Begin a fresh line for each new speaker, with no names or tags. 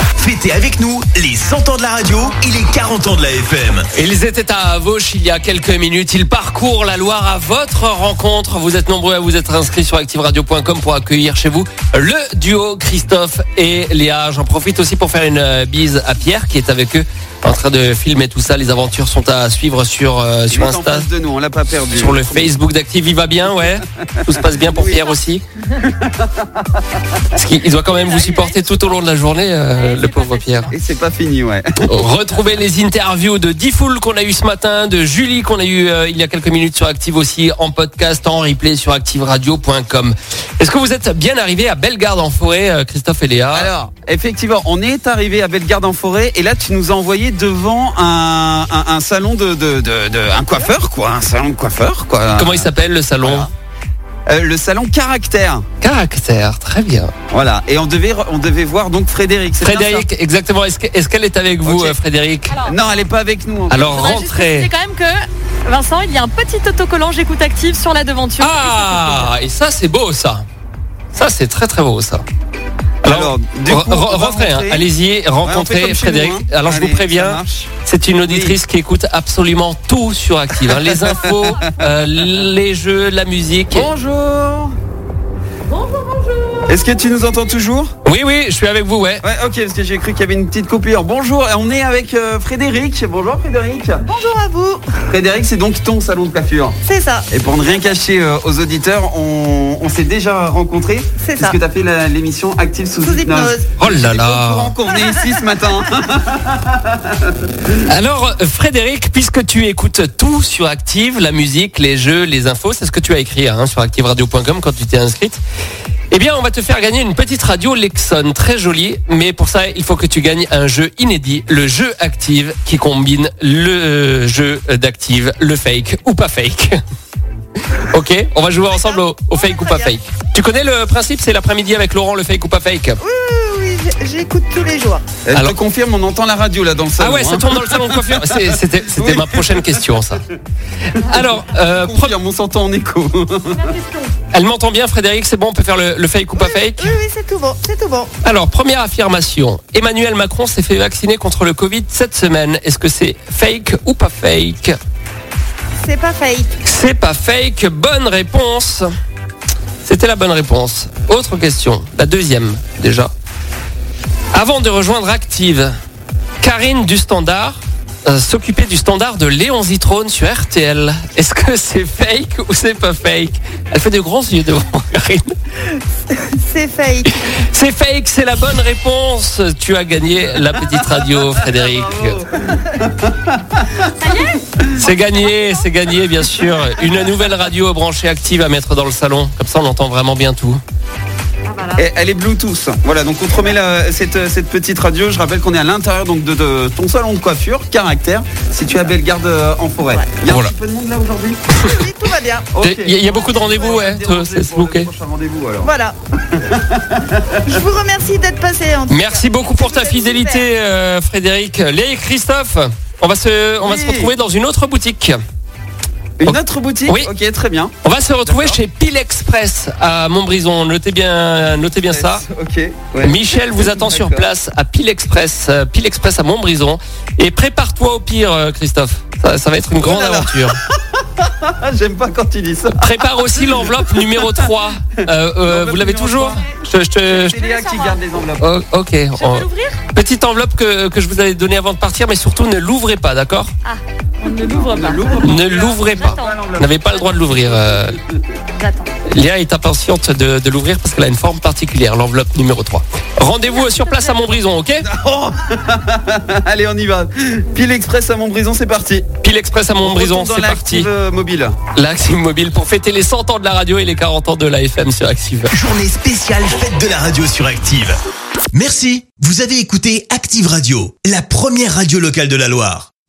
Fêtez avec nous les 100 ans de la radio et les 40 ans de la FM.
Ils étaient à Vauche il y a quelques minutes. Ils parcourent la Loire à votre rencontre. Vous êtes nombreux à vous être inscrits sur activeradio.com pour accueillir chez vous le duo Christophe et Léa. J'en profite aussi pour faire une euh, bise à Pierre qui est avec eux en train de filmer tout ça. Les aventures sont à suivre sur, euh,
Il
sur
est en
Insta.
face de nous, on l'a pas perdu.
Sur le Facebook d'Active, il va bien, ouais. Tout se passe bien pour Pierre aussi. Parce qu'il il doit quand même vous supporter tout au long de la journée, euh, le pauvre Pierre.
Et c'est pas fini, ouais.
Retrouvez les interviews de Difool qu'on a eu ce matin, de Julie qu'on a eu euh, il y a quelques minutes sur Active aussi, en podcast, en replay sur activeradio.com. Est-ce que vous êtes bien arrivés à Bellegarde en forêt, euh, Christophe et Léa
Alors, effectivement, on est arrivé à Bellegarde en forêt et là, tu nous as envoyé devant un, un- un salon de, de- de- de- un coiffeur, quoi, un salon de coiffeur, quoi.
Comment il s'appelle le salon
Voilà. Euh, le salon Caractère.
Caractère, très bien.
Voilà. Et on devait, re- on devait voir donc Frédéric. c'est bien
Frédéric, exactement. Est-ce que- est-ce qu'elle est, avec vous,
Ok.
euh, Frédéric
ça Non, elle est pas avec nous.
Alors
Faudra juste préciser
rentrez.
quand même que Vincent, il y a un petit autocollant J'écoute Active sur la devanture.
Ah, et ça c'est beau ça. Ça c'est très très beau ça.
Alors, du
Re-
coup, on
re-
va
rentrez, hein.
rentrer.
allez-y,
Ouais, on fait
rencontrez
comme chez
Frédéric.
nous, hein.
Alors je
Allez,
vous
ça
préviens,
marche.
c'est une auditrice qui écoute absolument tout sur Active. hein. Les infos, euh, les jeux, la musique.
Bonjour. Est-ce que tu nous entends toujours
Oui, oui, je suis avec vous, ouais.
Ouais, ok, parce que j'ai cru qu'il y avait une petite coupure. Bonjour, on est avec euh, Frédéric. Bonjour Frédéric.
Bonjour à vous,
Frédéric, c'est donc ton salon de coiffure.
c'est ça,
Et pour ne rien cacher euh, aux auditeurs, on, on s'est déjà rencontrés.
C'est ça.
Parce que tu as fait la- l'émission Active sous,
sous hypnose.
Oh là
Au
là.
courant qu'on est ici ce matin.
Alors Frédéric, puisque tu écoutes tout sur Active, la musique, les jeux, les infos, c'est ce que tu as écrit hein, sur activeradio.com quand tu t'es inscrite. Eh bien, on va te faire gagner une petite radio Lexon, très jolie, mais pour ça, il faut que tu gagnes un jeu inédit, le jeu Active, qui combine le jeu d'Active, le fake ou pas fake. ok, on va jouer ensemble au, au fake ou pas fake. Tu connais le principe, c'est l'après-midi avec Laurent, le fake ou pas fake.
Oui, oui, j'écoute tous les jours.
Euh,
Alors-
Je te confirme, on entend la radio là dans le salon.
Ah ouais, ça
hein.
tourne dans le salon de coiffure. C'est- C'était c'était
Oui.
ma prochaine question, ça. Alors, euh, pro-
Confirme, hein. on s'entend en écho.
elle m'entend bien, Frédéric. C'est bon, on peut faire le, le fake ou pas fake.
Oui, oui, c'est tout bon, c'est tout bon.
Alors, première affirmation. Emmanuel Macron s'est fait vacciner contre le Covid cette semaine. Est-ce que c'est fake ou pas fake
C'est pas fake.
C'est pas fake. Bonne réponse. C'était la bonne réponse. Autre question, la deuxième déjà. Avant de rejoindre Active, Karine du Standard euh, s'occupait du standard de Léon Zitrone sur RTL. Est-ce que c'est fake ou c'est pas fake Elle fait de grands yeux devant Karine.
C'est fake.
C'est fake, c'est la bonne réponse. Tu as gagné la petite radio, Frédéric. C'est gagné, c'est gagné, bien sûr. Une nouvelle radio branchée active à mettre dans le salon. Comme ça, on entend vraiment bien tout.
Et Elle est Bluetooth. Voilà, donc on te remet la- cette, cette petite radio. Je rappelle qu'on est à l'intérieur donc de, de ton salon de coiffure, caractère, situé à Bellegarde euh, en forêt. Il y a
Voilà.
un petit peu de monde là aujourd'hui.
Oui, tout va bien.
Ok.
Il y a- il y a beaucoup de rendez-vous, ouais,
On va se déranger
c'est- c'est
pour le
bouquet.
prochain rendez-vous, alors.
Voilà. Je vous remercie d'être passé. en tout cas.
Merci beaucoup pour ta fidélité, euh, Frédéric. Léa et Christophe, on va, se, on va se
Oui.
retrouver dans une autre boutique.
Une autre boutique
Oui.
Ok, très bien.
On va se retrouver
D'accord.
chez Pile Express à Montbrison. Notez bien, notez bien ça.
Ok. ouais.
Michel vous attend sur
D'accord.
place à Pile Express, euh, Pile Express à Montbrison. Et prépare-toi au pire, euh, Christophe. Ça, ça va être une grande
là là.
aventure.
Ah, J'aime pas quand tu dis ça.
Prépare aussi l'enveloppe numéro 3. Euh, euh,
L'enveloppe
vous l'avez
numéro
toujours je, je te- je-
C'est Léa qui garde les enveloppes.
Oh, Ok.
Je
On-
peux l'ouvrir
Petite enveloppe que, que je vous avais donnée avant de partir, mais surtout ne l'ouvrez pas, d'accord
On ne l'ouvre pas.
Ne l'ouvrez pas.
J'attends,
Vous n'avez pas le droit de l'ouvrir. euh.
j'attends.
Léa est impatiente de, de l'ouvrir parce qu'elle a une forme particulière, l'enveloppe numéro 3. Rendez-vous sur place à Montbrison, ok
Allez, on y va. Pile Express à Montbrison, c'est parti.
Pile Express à Montbrison,
Retourne dans
c'est parti.
l'active, euh, mobile.
L'Active Mobile pour fêter les 100 ans de la radio et les 40 ans de la FM sur Active.
Journée spéciale fête de la radio sur Active. Merci, vous avez écouté Active Radio, la première radio locale de la Loire.